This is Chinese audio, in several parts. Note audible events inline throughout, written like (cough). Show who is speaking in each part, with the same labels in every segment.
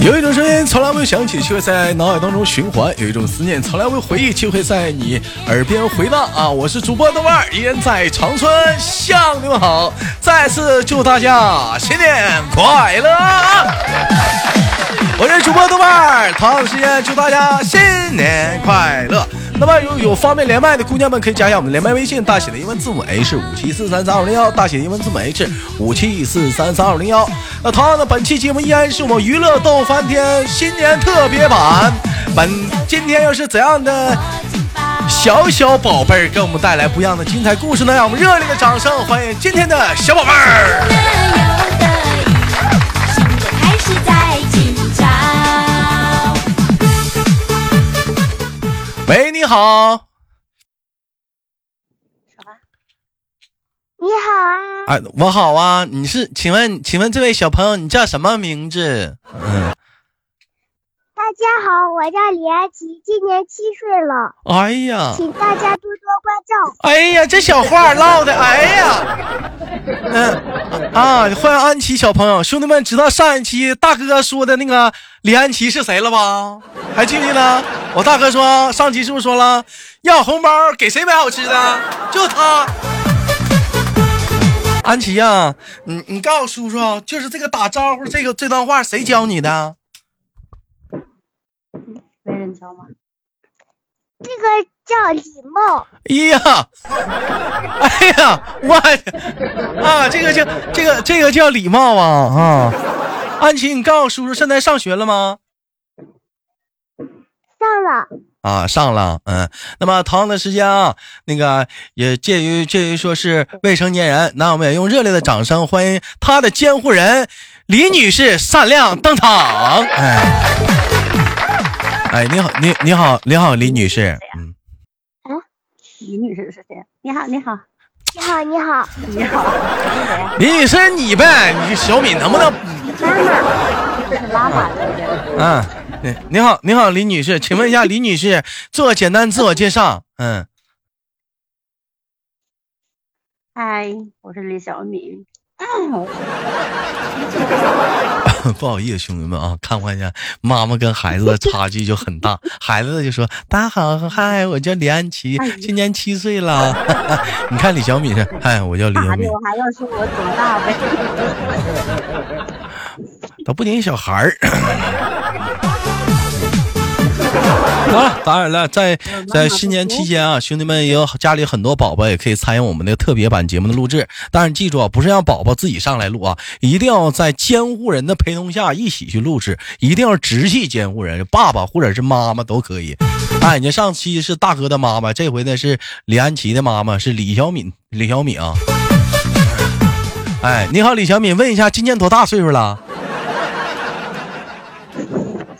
Speaker 1: 有一种声音从来未响起，却会在脑海当中循环；有一种思念从来未回忆，却会在你耳边回荡。啊，我是主播豆瓣儿，依然在长春向你们好，再次祝大家新年快乐！啊我是主播豆瓣儿，同样的时间祝大家新年快乐。那么有有方便连麦的姑娘们可以加一下我们的连麦微信，大写的英文字母 H 五七四三三二零幺，大写的英文字母 H 五七四三三二零幺。那同样的，本期节目依然是我们娱乐逗翻天新年特别版。本今天又是怎样的小小宝贝儿给我们带来不一样的精彩故事呢？让我们热烈的掌声欢迎今天的小宝贝儿。
Speaker 2: 的有的一，新的开始在今朝。
Speaker 1: 喂，你好。
Speaker 3: 你好啊，
Speaker 1: 哎，我好啊，你是？请问，请问这位小朋友，你叫什么名字？嗯，
Speaker 3: 大家好，我叫李安琪，今年七岁了，
Speaker 1: 哎呀，
Speaker 3: 请大家多多关照。
Speaker 1: 哎呀，这小话唠 (laughs) 的，哎呀，嗯啊，欢迎安琪小朋友，兄弟们，知道上一期大哥说的那个李安琪是谁了吧？还记不记得？我大哥说，上期是不是说了，要红包给谁买好吃的？就他。安琪呀、你你告诉叔叔，就是这个打招呼这个这段话谁教你的？
Speaker 4: 没人教吗？
Speaker 3: 这个叫礼貌，
Speaker 1: 哎呀，哎呀，我啊，这个叫这个这个叫礼貌啊啊！安琪，你告诉叔叔，现在上学了吗？
Speaker 3: 上了，
Speaker 1: 啊，上了，嗯，那么同样的时间啊，那个也介于介于说是未成年人，那我们也用热烈的掌声欢迎他的监护人李女士闪亮登场，哎，哎，你好，你你好，你好，李女士，嗯，
Speaker 4: 李女士是谁？你好，你好，
Speaker 3: 你好，你好，
Speaker 4: 你好，是谁呀？
Speaker 1: 李女士你呗，你小敏能不能
Speaker 4: 这是拉满了的。
Speaker 1: 嗯，你你好，你好，李女士，请问一下，李女士做简单自我介绍。嗯， (laughs)
Speaker 4: 嗨，哎我是李小敏。
Speaker 3: 哎
Speaker 1: 不好意思，兄弟们啊，看我一下，妈妈跟孩子的差距就很大。孩子就说：“大家好，嗨，我叫李安琪
Speaker 4: 哎呀，
Speaker 1: 今年七岁了。” (laughs) 你看李小敏是，嗨，我叫李小
Speaker 4: 咋
Speaker 1: 敏
Speaker 4: 的？，哎我还要说我多大呗？
Speaker 1: 都不顶小孩儿。 (laughs) 好了，当然了，在在新年期间啊，兄弟们也有家里很多宝宝也可以参与我们的特别版节目的录制。但是记住啊，不是让宝宝自己上来录啊，一定要在监护人的陪同下一起去录制，一定要直系监护人，爸爸或者是妈妈都可以。哎，你上期是大哥的妈妈，这回呢是李安琪的妈妈，是李小敏，李小敏啊。哎，你好，李小敏，问一下，今年多大岁数了？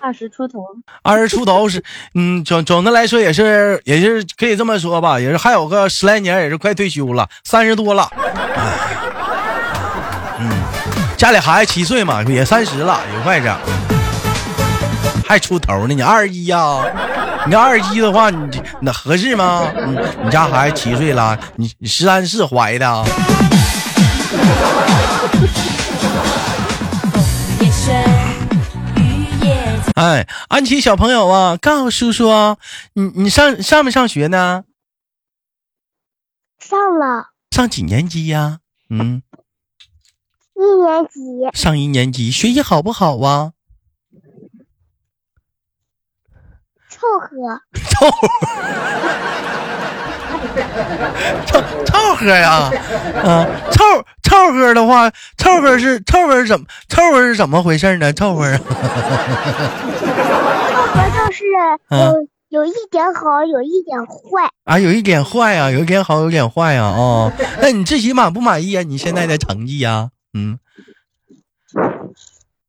Speaker 4: 二十出头，
Speaker 1: 二十出头是， (laughs) 嗯，总总的来说也是也是可以这么说吧，也是还有个十来年，也是快退休了，三十多了。唉嗯，家里孩子七岁嘛，也三十了，也快整，还出头呢。你二十一呀？你要二十一的话，你这那合适吗？嗯，你家孩子七岁了，你你十三四怀的啊？
Speaker 2: 夜深雨夜静，
Speaker 1: 哎，安琪小朋友啊，告诉叔叔啊，你你上上没上学呢？
Speaker 3: 上了
Speaker 1: 上几年级呀、嗯。
Speaker 3: 一年级，
Speaker 1: 上一年级，学习好不好啊？
Speaker 3: 凑合，
Speaker 1: 凑合，凑凑合呀，啊，凑凑合的话，凑合是凑合是怎么凑合是怎么回事呢？凑合啊，
Speaker 3: 凑合就是有
Speaker 1: 嗯
Speaker 3: 有一点好，有一点坏，
Speaker 1: 啊，有一点坏呀、有一点好，有一点坏呀、啊，哦，那你自己满不满意啊？你现在的成绩呀、嗯，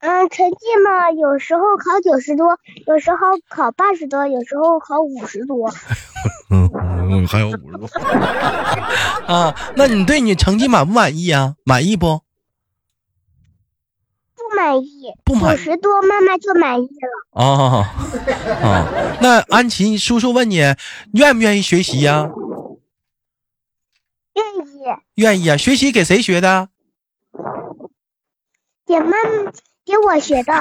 Speaker 3: 嗯，成绩嘛，有时候考九十多，有时候考八十多，有时候考五十多，
Speaker 1: 嗯，还有五十多啊，那你对你成绩满不满意啊？满意不？
Speaker 3: 不满意，
Speaker 1: 不满
Speaker 3: 九
Speaker 1: 意
Speaker 3: 十多妈妈就满意了，
Speaker 1: 哦，哦，那安琪叔叔问你，愿不愿意学习呀、
Speaker 3: 愿意。
Speaker 1: 愿意啊，学习给谁学的？
Speaker 3: 给妈妈给我学的。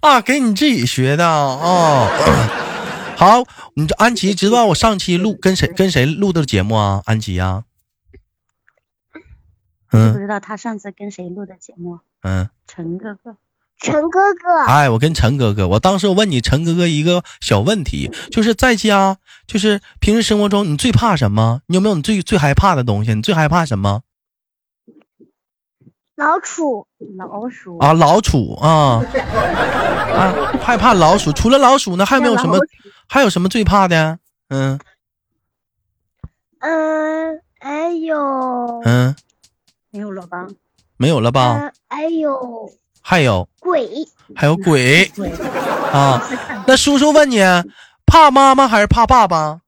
Speaker 1: 啊，给你自己学的哦。好，你这安琪知道我上期录跟谁跟谁录的节目啊？安琪呀、
Speaker 4: 不
Speaker 1: 嗯
Speaker 4: 知道他上次跟谁录的节目，
Speaker 1: 嗯，
Speaker 4: 陈哥哥。
Speaker 3: 陈哥哥，
Speaker 1: 哎，我跟陈哥哥，我当时我问你陈哥哥一个小问题，就是在家，就是平时生活中你最怕什么？你有没有你最最害怕的东西？你最害怕什么
Speaker 3: 老楚，
Speaker 4: 老鼠，
Speaker 1: 啊？老鼠
Speaker 3: (laughs)
Speaker 1: 啊啊，害怕老鼠。除了老鼠呢，还有没有什么
Speaker 3: 老鼠？
Speaker 1: 还有什么最怕的？嗯
Speaker 3: 嗯，还有，
Speaker 1: 嗯，啊
Speaker 4: 没有了吧？
Speaker 1: 没有了吧？
Speaker 3: 嗯，还有
Speaker 1: 还有
Speaker 3: 鬼，
Speaker 1: 还有鬼。
Speaker 4: 对，
Speaker 1: 啊，那叔叔问你，怕妈妈还是怕爸爸？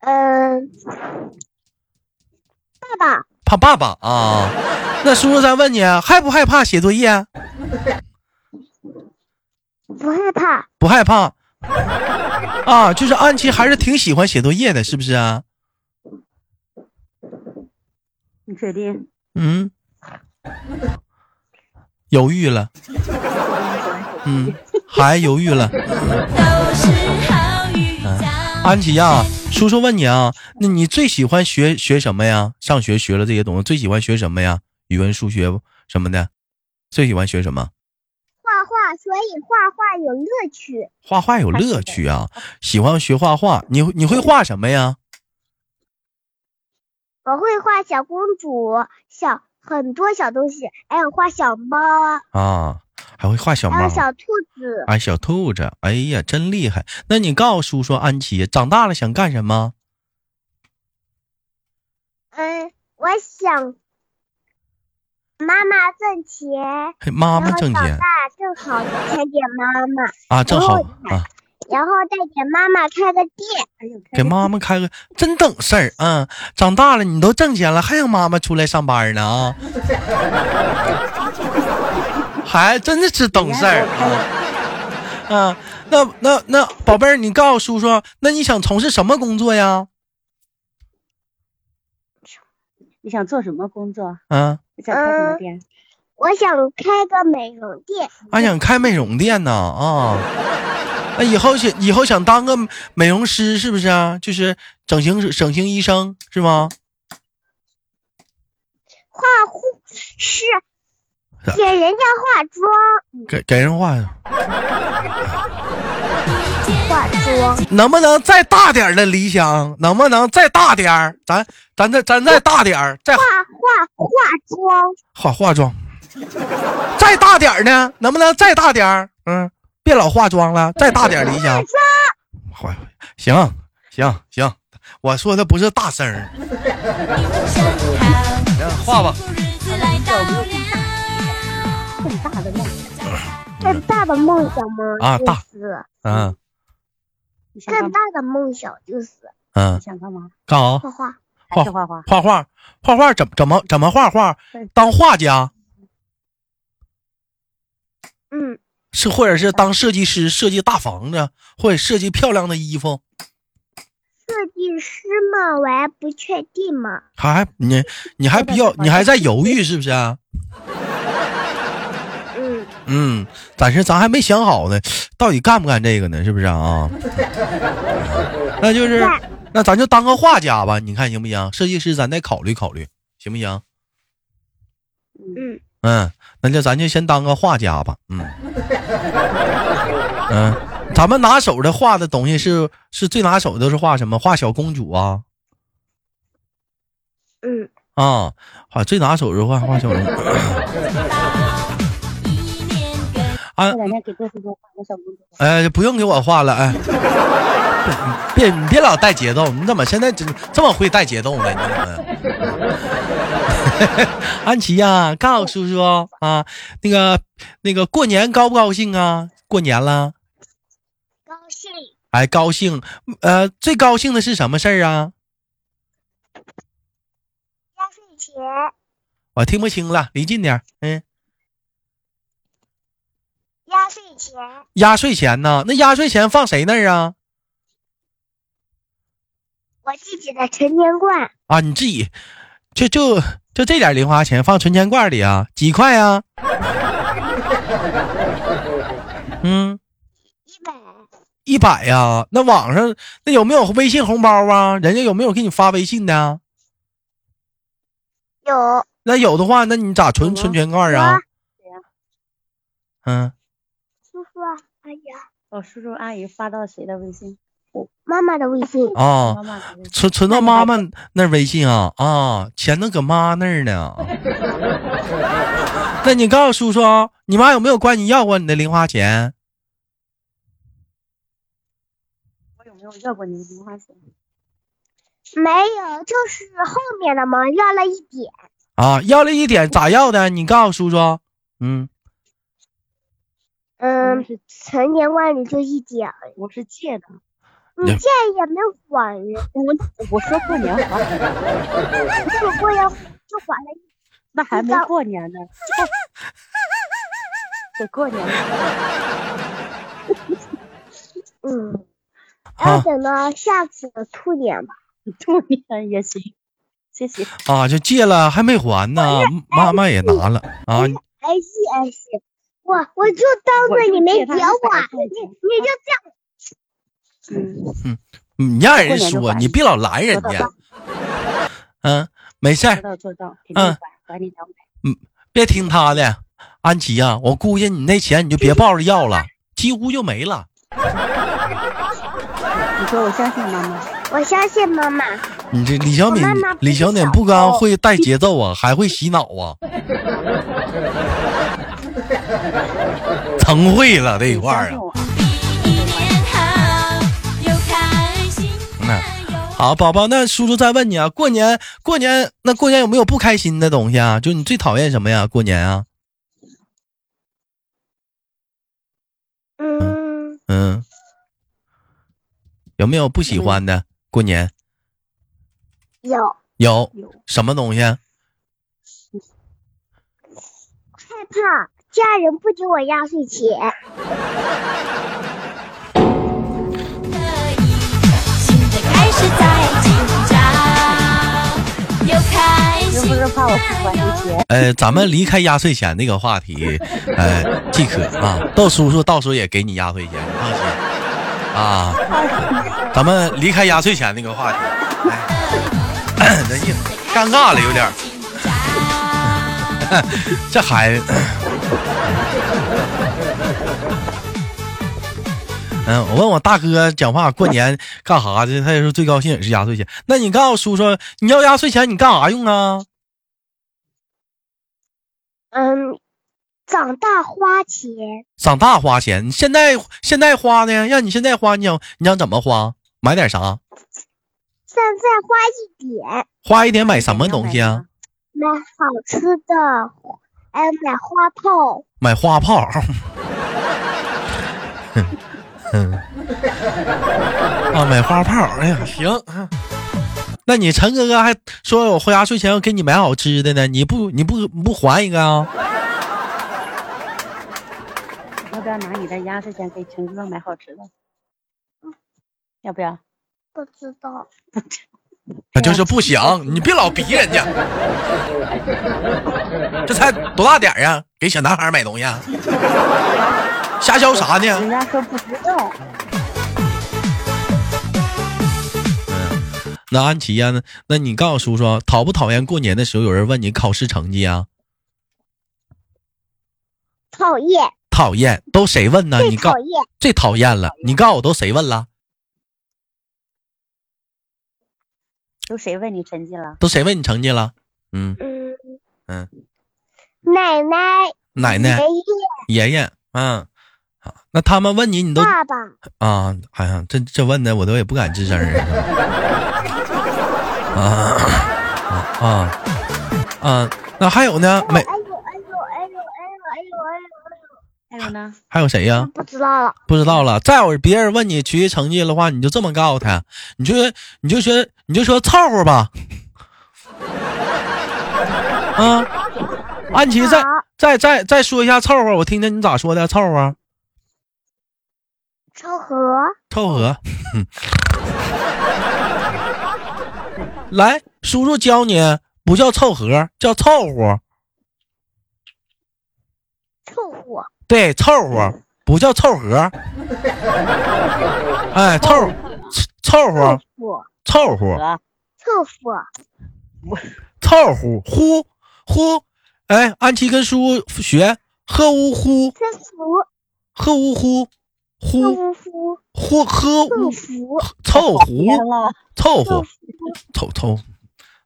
Speaker 3: 嗯，爸爸，
Speaker 1: 怕爸爸啊。那叔叔再问你，害不害怕写作业？
Speaker 3: 不害怕，
Speaker 1: 不害怕。啊，就是安琪还是挺喜欢写作业的，是不是啊？
Speaker 4: 你确定？
Speaker 1: 嗯，犹豫了。嗯，还犹豫了。
Speaker 2: 都是好雨
Speaker 1: 安琪呀、叔叔问你啊，那你最喜欢学学什么呀？上学学了这些东西，最喜欢学什么呀？语文、数学什么的，最喜欢学什么？
Speaker 3: 画画，所以画画有乐趣。
Speaker 1: 画画有乐趣啊！喜欢学画画，你你会画什么呀？
Speaker 3: 我会画小公主，小很多小东西，还有画小猫，
Speaker 1: 啊，还会画小猫
Speaker 3: 还有，小兔子。
Speaker 1: 哎，小兔子，哎呀，真厉害！那你告诉叔叔安琪，长大了想干什么？
Speaker 3: 嗯，我想妈妈挣钱，
Speaker 1: 嘿妈妈
Speaker 3: 然后
Speaker 1: 挣
Speaker 3: 长哦
Speaker 1: 钱
Speaker 3: 大挣好钱给妈妈，
Speaker 1: 啊，正好啊，
Speaker 3: 然后再给妈妈开个店。
Speaker 4: 还有哎开
Speaker 3: 哎
Speaker 1: 给妈妈开个真懂事儿啊、嗯！长大了你都挣钱了，还让妈妈出来上班呢啊？ (laughs) 还真的是懂事儿啊！啊，那那那宝贝儿，你告诉叔叔，那你想从事什么工作呀？
Speaker 4: 你想做什么工作？
Speaker 1: 啊？
Speaker 4: 你想开什
Speaker 3: 呃
Speaker 4: 么店？
Speaker 3: 我想开个美容店，
Speaker 1: 俺想开美容店呢啊！那以后想以后想当个美容师是不是啊？就是整形整形医生是吗？
Speaker 3: 画画是给人家化妆，
Speaker 1: 给给人画，
Speaker 3: 化妆。
Speaker 1: 能不能再大点儿的理想？能不能再大点儿？咱咱再咱再大点儿，再
Speaker 3: 画画化妆，
Speaker 1: 化化妆，再大点儿呢？能不能再大点儿？嗯，别老化妆了，再大点儿理想。化行行行，我说的不是大声儿，行画吧。
Speaker 2: 日子来到了，
Speaker 4: 更大的梦，
Speaker 3: 更大的梦想吗？
Speaker 1: 啊
Speaker 3: 就
Speaker 1: 大
Speaker 3: 是
Speaker 1: 嗯
Speaker 4: 你想干
Speaker 3: 更
Speaker 4: 嘛
Speaker 3: 大？的梦想就是
Speaker 1: 嗯
Speaker 4: 你，想干嘛？
Speaker 1: 干啥？
Speaker 3: 画画。
Speaker 1: 哦
Speaker 4: 还是画画？
Speaker 1: 画画，画画怎么怎么怎么画画？当画家
Speaker 3: 嗯，
Speaker 1: 是，或者是当设计师，设计大房子，或者设计漂亮的衣服。
Speaker 3: 设计师嘛，我还不确定嘛。
Speaker 1: 还你你还比较，你还在犹豫是不是啊？
Speaker 3: 嗯，
Speaker 1: 嗯，暂时咱还没想好呢，到底干不干这个呢？是不是啊？ (laughs) 那就是，那咱就当个画家吧，你看行不行？设计师咱再考虑考虑，行不行？
Speaker 3: 嗯，
Speaker 1: 嗯，那就咱就先当个画家吧。嗯，嗯，咱们拿手的画的东西是是最拿手的是画什么？画小公主啊
Speaker 3: 嗯，
Speaker 1: 啊，画最拿手是画画小公主。
Speaker 2: 一年更
Speaker 1: 啊
Speaker 4: 这，两天给郭叔叔画个小公主，
Speaker 1: 哎，不用给我画了，哎， (laughs) 别你别老带节奏，你怎么现在这这么会带节奏呢？你怎么？ (laughs) 安琪呀、告诉叔叔啊，那个那个过年高不高兴啊？过年了。
Speaker 3: 高兴。
Speaker 1: 哎，高兴，呃，最高兴的是什么事儿啊？
Speaker 3: 压岁钱，
Speaker 1: 我听不清了，离近点儿。嗯，
Speaker 3: 压岁钱，
Speaker 1: 压岁钱呢？那压岁钱放谁那儿啊？
Speaker 3: 我我自己的存钱罐，
Speaker 1: 啊，你自己就就就这点零花钱放存钱罐里啊，几块啊？ (laughs) 嗯，
Speaker 3: 一百
Speaker 1: 一百呀、那网上那有没有微信红包啊？人家有没有给你发微信的啊？
Speaker 3: 有
Speaker 1: 那有的话，那你咋存
Speaker 4: 有啊
Speaker 1: 存钱罐啊？嗯，
Speaker 3: 叔叔啊阿姨啊
Speaker 4: 我叔叔阿姨发到谁的微信？
Speaker 3: 妈妈的微信，
Speaker 1: 哦
Speaker 4: 妈，妈的微信。
Speaker 1: 存存到妈妈那儿微信啊啊，钱都搁妈那儿呢。那你告诉叔叔啊，你妈有没有管你要过你的零花钱？
Speaker 4: 我有没有要过你的零花钱？
Speaker 3: 没有，就是后面的嘛，要了一点，
Speaker 1: 啊，要了一点咋要的？你告诉叔叔。嗯，
Speaker 4: 我
Speaker 3: 嗯，
Speaker 4: 是
Speaker 3: 存钱罐里就一点，
Speaker 4: 哎我是借的，
Speaker 3: 你
Speaker 1: 你
Speaker 3: 这也没还人，
Speaker 4: 我我说过年还， (laughs)
Speaker 3: 如果要就还了一，
Speaker 4: 那还没过年呢，得过年了。 (laughs)
Speaker 3: 嗯，
Speaker 1: 好
Speaker 4: 啊
Speaker 3: 要等到下次的兔年吧，
Speaker 4: 兔年也行，谢谢。
Speaker 1: 啊，就借了还没还呢，妈妈也拿了啊。
Speaker 3: 哎是哎是，我我就当
Speaker 4: 我
Speaker 3: 做
Speaker 4: 就
Speaker 3: 你没
Speaker 4: 借
Speaker 3: 给
Speaker 4: 他100
Speaker 3: 我，
Speaker 4: 块
Speaker 3: 你
Speaker 4: 钱
Speaker 3: 你就这样，
Speaker 4: 嗯，
Speaker 1: 你让人
Speaker 4: 过年就
Speaker 1: 说，
Speaker 4: 还
Speaker 1: 你别老拦人家。嗯，没事
Speaker 4: 说
Speaker 1: 儿，
Speaker 4: 到做到，肯定
Speaker 1: 嗯
Speaker 4: 还还你两百。
Speaker 1: 别听他的。安琪呀、我估计你那钱你就别抱着要了，几乎就没了。
Speaker 4: 你说我相信妈妈，
Speaker 3: 我相信妈妈，
Speaker 1: 你这李小敏
Speaker 3: 我妈妈，不
Speaker 1: 李
Speaker 3: 是
Speaker 1: 小敏
Speaker 3: 小
Speaker 1: 不光
Speaker 3: 偷
Speaker 1: 会带节奏啊， (laughs) 还会洗脑
Speaker 3: (laughs)
Speaker 1: 啊，成会了这一
Speaker 4: 你
Speaker 1: 块儿啊。
Speaker 4: 相信我。
Speaker 2: 一年好，又开心又
Speaker 1: 好，宝宝，那叔叔再问你啊，过年过年那过年有没有不开心的东西啊？就你最讨厌什么呀？过年啊，
Speaker 3: 嗯，
Speaker 1: 嗯，有没有不喜欢的？过年
Speaker 3: 有
Speaker 1: 有
Speaker 4: 有
Speaker 1: 什么东西？啊
Speaker 3: 害怕家人不给我压岁钱，
Speaker 2: 可以，新的开始在今朝，又开
Speaker 4: 又
Speaker 2: 心
Speaker 4: 不是怕我不管你姐，
Speaker 1: 呃，咱们离开压岁钱那个话题，呃，即可啊。到叔叔到时候也给你压岁钱，你放心啊。咱们离开压岁钱那个话题，哎，这意思尴尬了有点儿。 (laughs) 这孩子，嗯，我问我大哥讲话过年干啥去，他也是最高兴也是压岁钱。那你告诉叔叔，你要压岁钱你干啥用啊？
Speaker 3: 嗯，长大花钱，
Speaker 1: 长大花钱，你现在现在花呢？让你现在花，你想你想怎么花？买点啥？
Speaker 3: 现在花一点，
Speaker 1: 花一点买什么东西啊？
Speaker 3: 买好吃的，哎，买花炮，
Speaker 1: 买花炮。 (laughs) 嗯，啊，买花炮，哎呀，行。那你陈哥哥还说我回压岁钱要给你买好吃的呢，你不你不不还一个啊？
Speaker 4: 要不要拿你的压岁钱给陈哥买好吃的？要不要？
Speaker 3: 不知道，
Speaker 1: 那就是不
Speaker 3: 哎
Speaker 1: 行，你别老逼人家。这才多大点儿啊？给小男孩买东西、啊，瞎教啥呢？
Speaker 4: 人家说不知道，
Speaker 1: 那安琪呀、那那你告诉叔叔，讨不讨厌过年的时候有人问你考试成绩啊？
Speaker 3: 讨厌，
Speaker 1: 讨厌，都谁问呢？
Speaker 3: 最
Speaker 1: 啊你告
Speaker 3: 讨厌，
Speaker 1: 最讨厌了，你告诉我都谁问了？
Speaker 4: 都谁问你成绩了？
Speaker 1: 都谁问你成绩了？嗯，
Speaker 3: 嗯
Speaker 1: 嗯，
Speaker 3: 奶奶、
Speaker 1: 奶
Speaker 3: 爷
Speaker 1: 奶、爷
Speaker 3: 爷、
Speaker 1: 爷，嗯，啊那他们问你，你都
Speaker 3: 爸爸，
Speaker 1: 啊，哎呀，这这问的我都也不敢吱声儿啊啊啊啊！那还有呢？没
Speaker 3: 哎呦哎呦哎呦哎呦哎呦哎呦
Speaker 4: 还有呢？
Speaker 1: 还有谁呀、
Speaker 3: 哎呦，不知道了，
Speaker 1: 不知道了。再有别人问你学习成绩的话，你就这么告诉他，你就你就说你就说凑合吧。啊，安琪再
Speaker 3: 好
Speaker 1: 再再再说一下凑合，我听听你咋说的凑合
Speaker 3: 超和，
Speaker 1: 凑合。来，叔叔教你，不叫凑合，叫凑合。
Speaker 3: 凑合。
Speaker 1: 对，凑合，不叫凑合。哎，凑凑合，
Speaker 4: 不
Speaker 1: 凑合，
Speaker 4: 合
Speaker 3: 凑合。
Speaker 1: 凑合，呼呼。哎，安琪跟叔学，喝呜呼，
Speaker 3: 称服，
Speaker 1: 喝呜呼，呼
Speaker 3: 护肤，
Speaker 1: 呼喝
Speaker 3: 祝
Speaker 1: 呜，
Speaker 3: 福，
Speaker 1: 凑
Speaker 4: 天
Speaker 1: 合，
Speaker 4: 了，
Speaker 1: 凑
Speaker 3: 祝
Speaker 1: 合，
Speaker 3: 福，
Speaker 1: 凑凑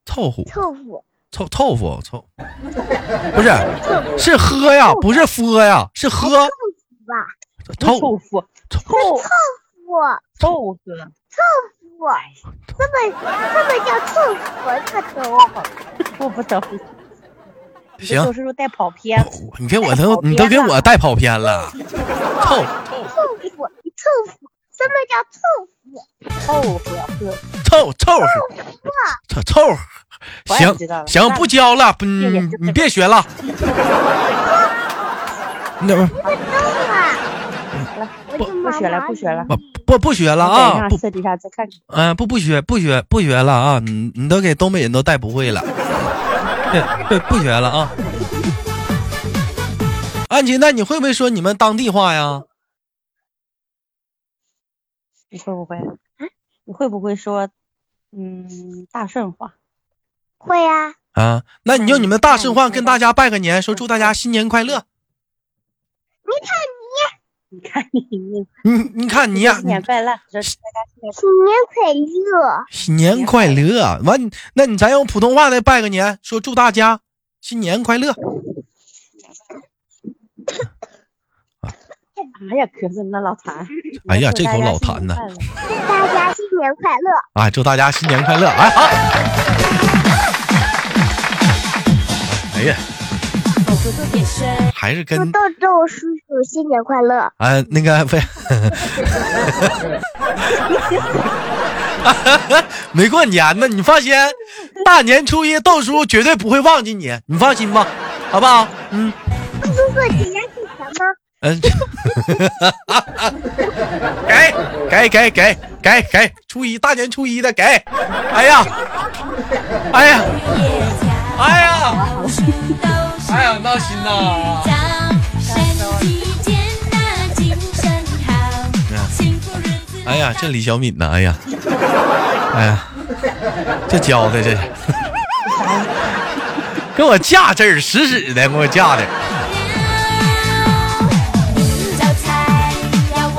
Speaker 1: 凑合。
Speaker 3: 凑合，
Speaker 1: 臭臭腐臭，不是是喝呀，不是喝呀，是喝
Speaker 3: 哇，
Speaker 1: 臭
Speaker 4: 豆腐，
Speaker 1: 臭
Speaker 4: 臭
Speaker 3: 我
Speaker 4: 豆腐，
Speaker 3: 我这么这么叫凑合，这个懂我
Speaker 4: 我不懂。
Speaker 1: 行
Speaker 4: 豆，叔叔带跑偏了，
Speaker 1: 你给我都你都给我带跑偏了，臭
Speaker 3: 凑合，凑合，什么叫凑合？
Speaker 4: 豆腐喝，
Speaker 1: 臭臭臭臭，行行不教了，嗯，你别学 (laughs) 了，那
Speaker 3: 我
Speaker 1: 不
Speaker 3: 就
Speaker 4: 不
Speaker 3: 妈
Speaker 4: 学了
Speaker 3: 妈
Speaker 4: 不学了
Speaker 3: 一
Speaker 1: 不不不学了
Speaker 4: 我
Speaker 1: 啊，不
Speaker 4: 得上私底下再看看。
Speaker 1: 嗯、不不学不学不学了啊！你你都给东北人都带不会了，对对，不学了啊！安琪，那你会不会说你们当地话呀？
Speaker 4: 你会不会？
Speaker 1: 嗯
Speaker 4: 你会不会说，嗯，大顺话？
Speaker 3: 会呀、
Speaker 1: 啊，那你用你们大顺话跟大家拜个年，说祝大家新年快乐。
Speaker 4: 你看你，
Speaker 1: 你你看你呀、
Speaker 4: 新年快乐！说大家新年
Speaker 3: 新年快乐，
Speaker 1: 新年快乐！完，那你咱用普通话再拜个年，说祝大家新年快乐。
Speaker 4: 哎呀，咳嗽那老痰。
Speaker 1: 哎呀这口老痰呐
Speaker 3: 大家新年快乐。
Speaker 1: 啊，祝大家新年快乐！哎好。 (laughs) 哎呀，还是
Speaker 3: 祝
Speaker 1: 跟
Speaker 3: 豆豆叔叔新年快乐！
Speaker 1: 啊，那个不是， (laughs) 没过年呢，你放心，大年初一豆叔绝对不会忘记你，你放心吧，好不好？嗯
Speaker 3: 豆叔叔，你要给什么？
Speaker 1: 嗯，给给给给给给，初一大年初一的给，哎呀，哎呀，哎呀，哎呀，闹心呐！哎呀，这李小敏呐，哎呀，哎呀，这教的这，给我架这儿死死的，给我架的。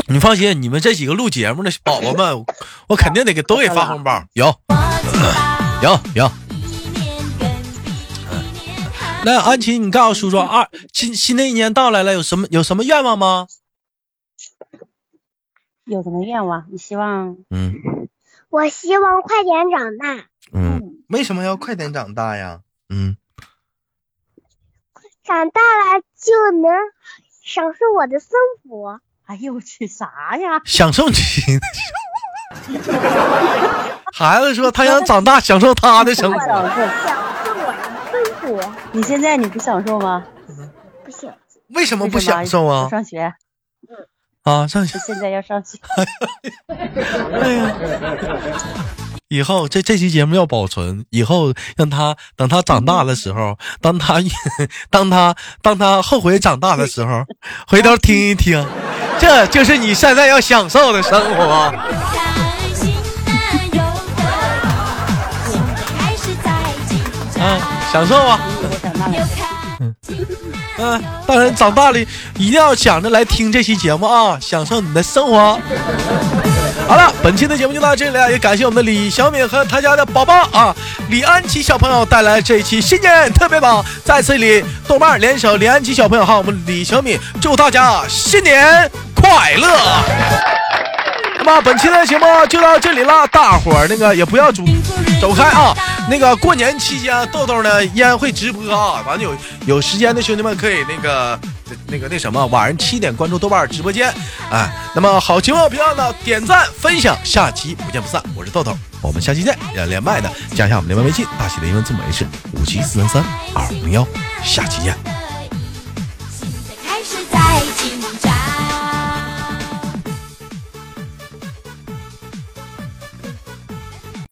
Speaker 1: 你放心，你们这几个录节目的宝宝们，我肯定得给都给发红包，有有有。那安琪，你告诉叔叔，二新新的一年到来了，有什么有什么愿望吗？
Speaker 4: 有什么愿望？你希望
Speaker 1: 嗯
Speaker 3: 我希望快点长大，
Speaker 1: 嗯，为什么要快点长大呀？嗯，
Speaker 3: 长大了就能享受我的生活。
Speaker 4: 哎呦我去啥呀？
Speaker 1: 享受你。孩子说他想长大享受他的生
Speaker 4: 不
Speaker 1: 活。
Speaker 4: 享受？
Speaker 3: 享受我的生活，
Speaker 4: 你现在你不享受吗？
Speaker 3: 不行，
Speaker 1: 为什么
Speaker 4: 为
Speaker 1: 不
Speaker 4: 什么
Speaker 1: 享受
Speaker 4: 要
Speaker 1: 啊？
Speaker 4: 上学，
Speaker 1: 啊，上学。
Speaker 4: 现在要上学。
Speaker 1: 哎呀，以后这这期节目要保存，以后让他等他长大的时候，当他 (laughs) 当他当他后悔长大的时候，回头听一听，这就是你现在要享受的生活。嗯，享受啊，
Speaker 4: 我长大了，
Speaker 1: 嗯，当然长大了一定要想着来听这期节目啊，享受你的生活。好了，本期的节目就到这里了，也感谢我们的李小敏和他家的宝宝啊，李安琪小朋友带来这一期新年特别榜。在此里，豆瓣联手李安琪小朋友和我们李小敏，祝大家新年快乐。那么本期的节目就到这里了，大伙儿那个也不要主走开啊。那个过年期间啊，豆豆呢依然会直播啊，完了有有时间的兄弟们可以那个那个那什么，晚上七点关注豆瓣儿直播间，哎，那么好节目别忘了点赞分享，下期不见不散。我是豆豆，我们下期见。要连麦的加一下我们连麦微信，大写的英文字母 H 五七四三三二五零幺，下期见。
Speaker 2: 新的开始在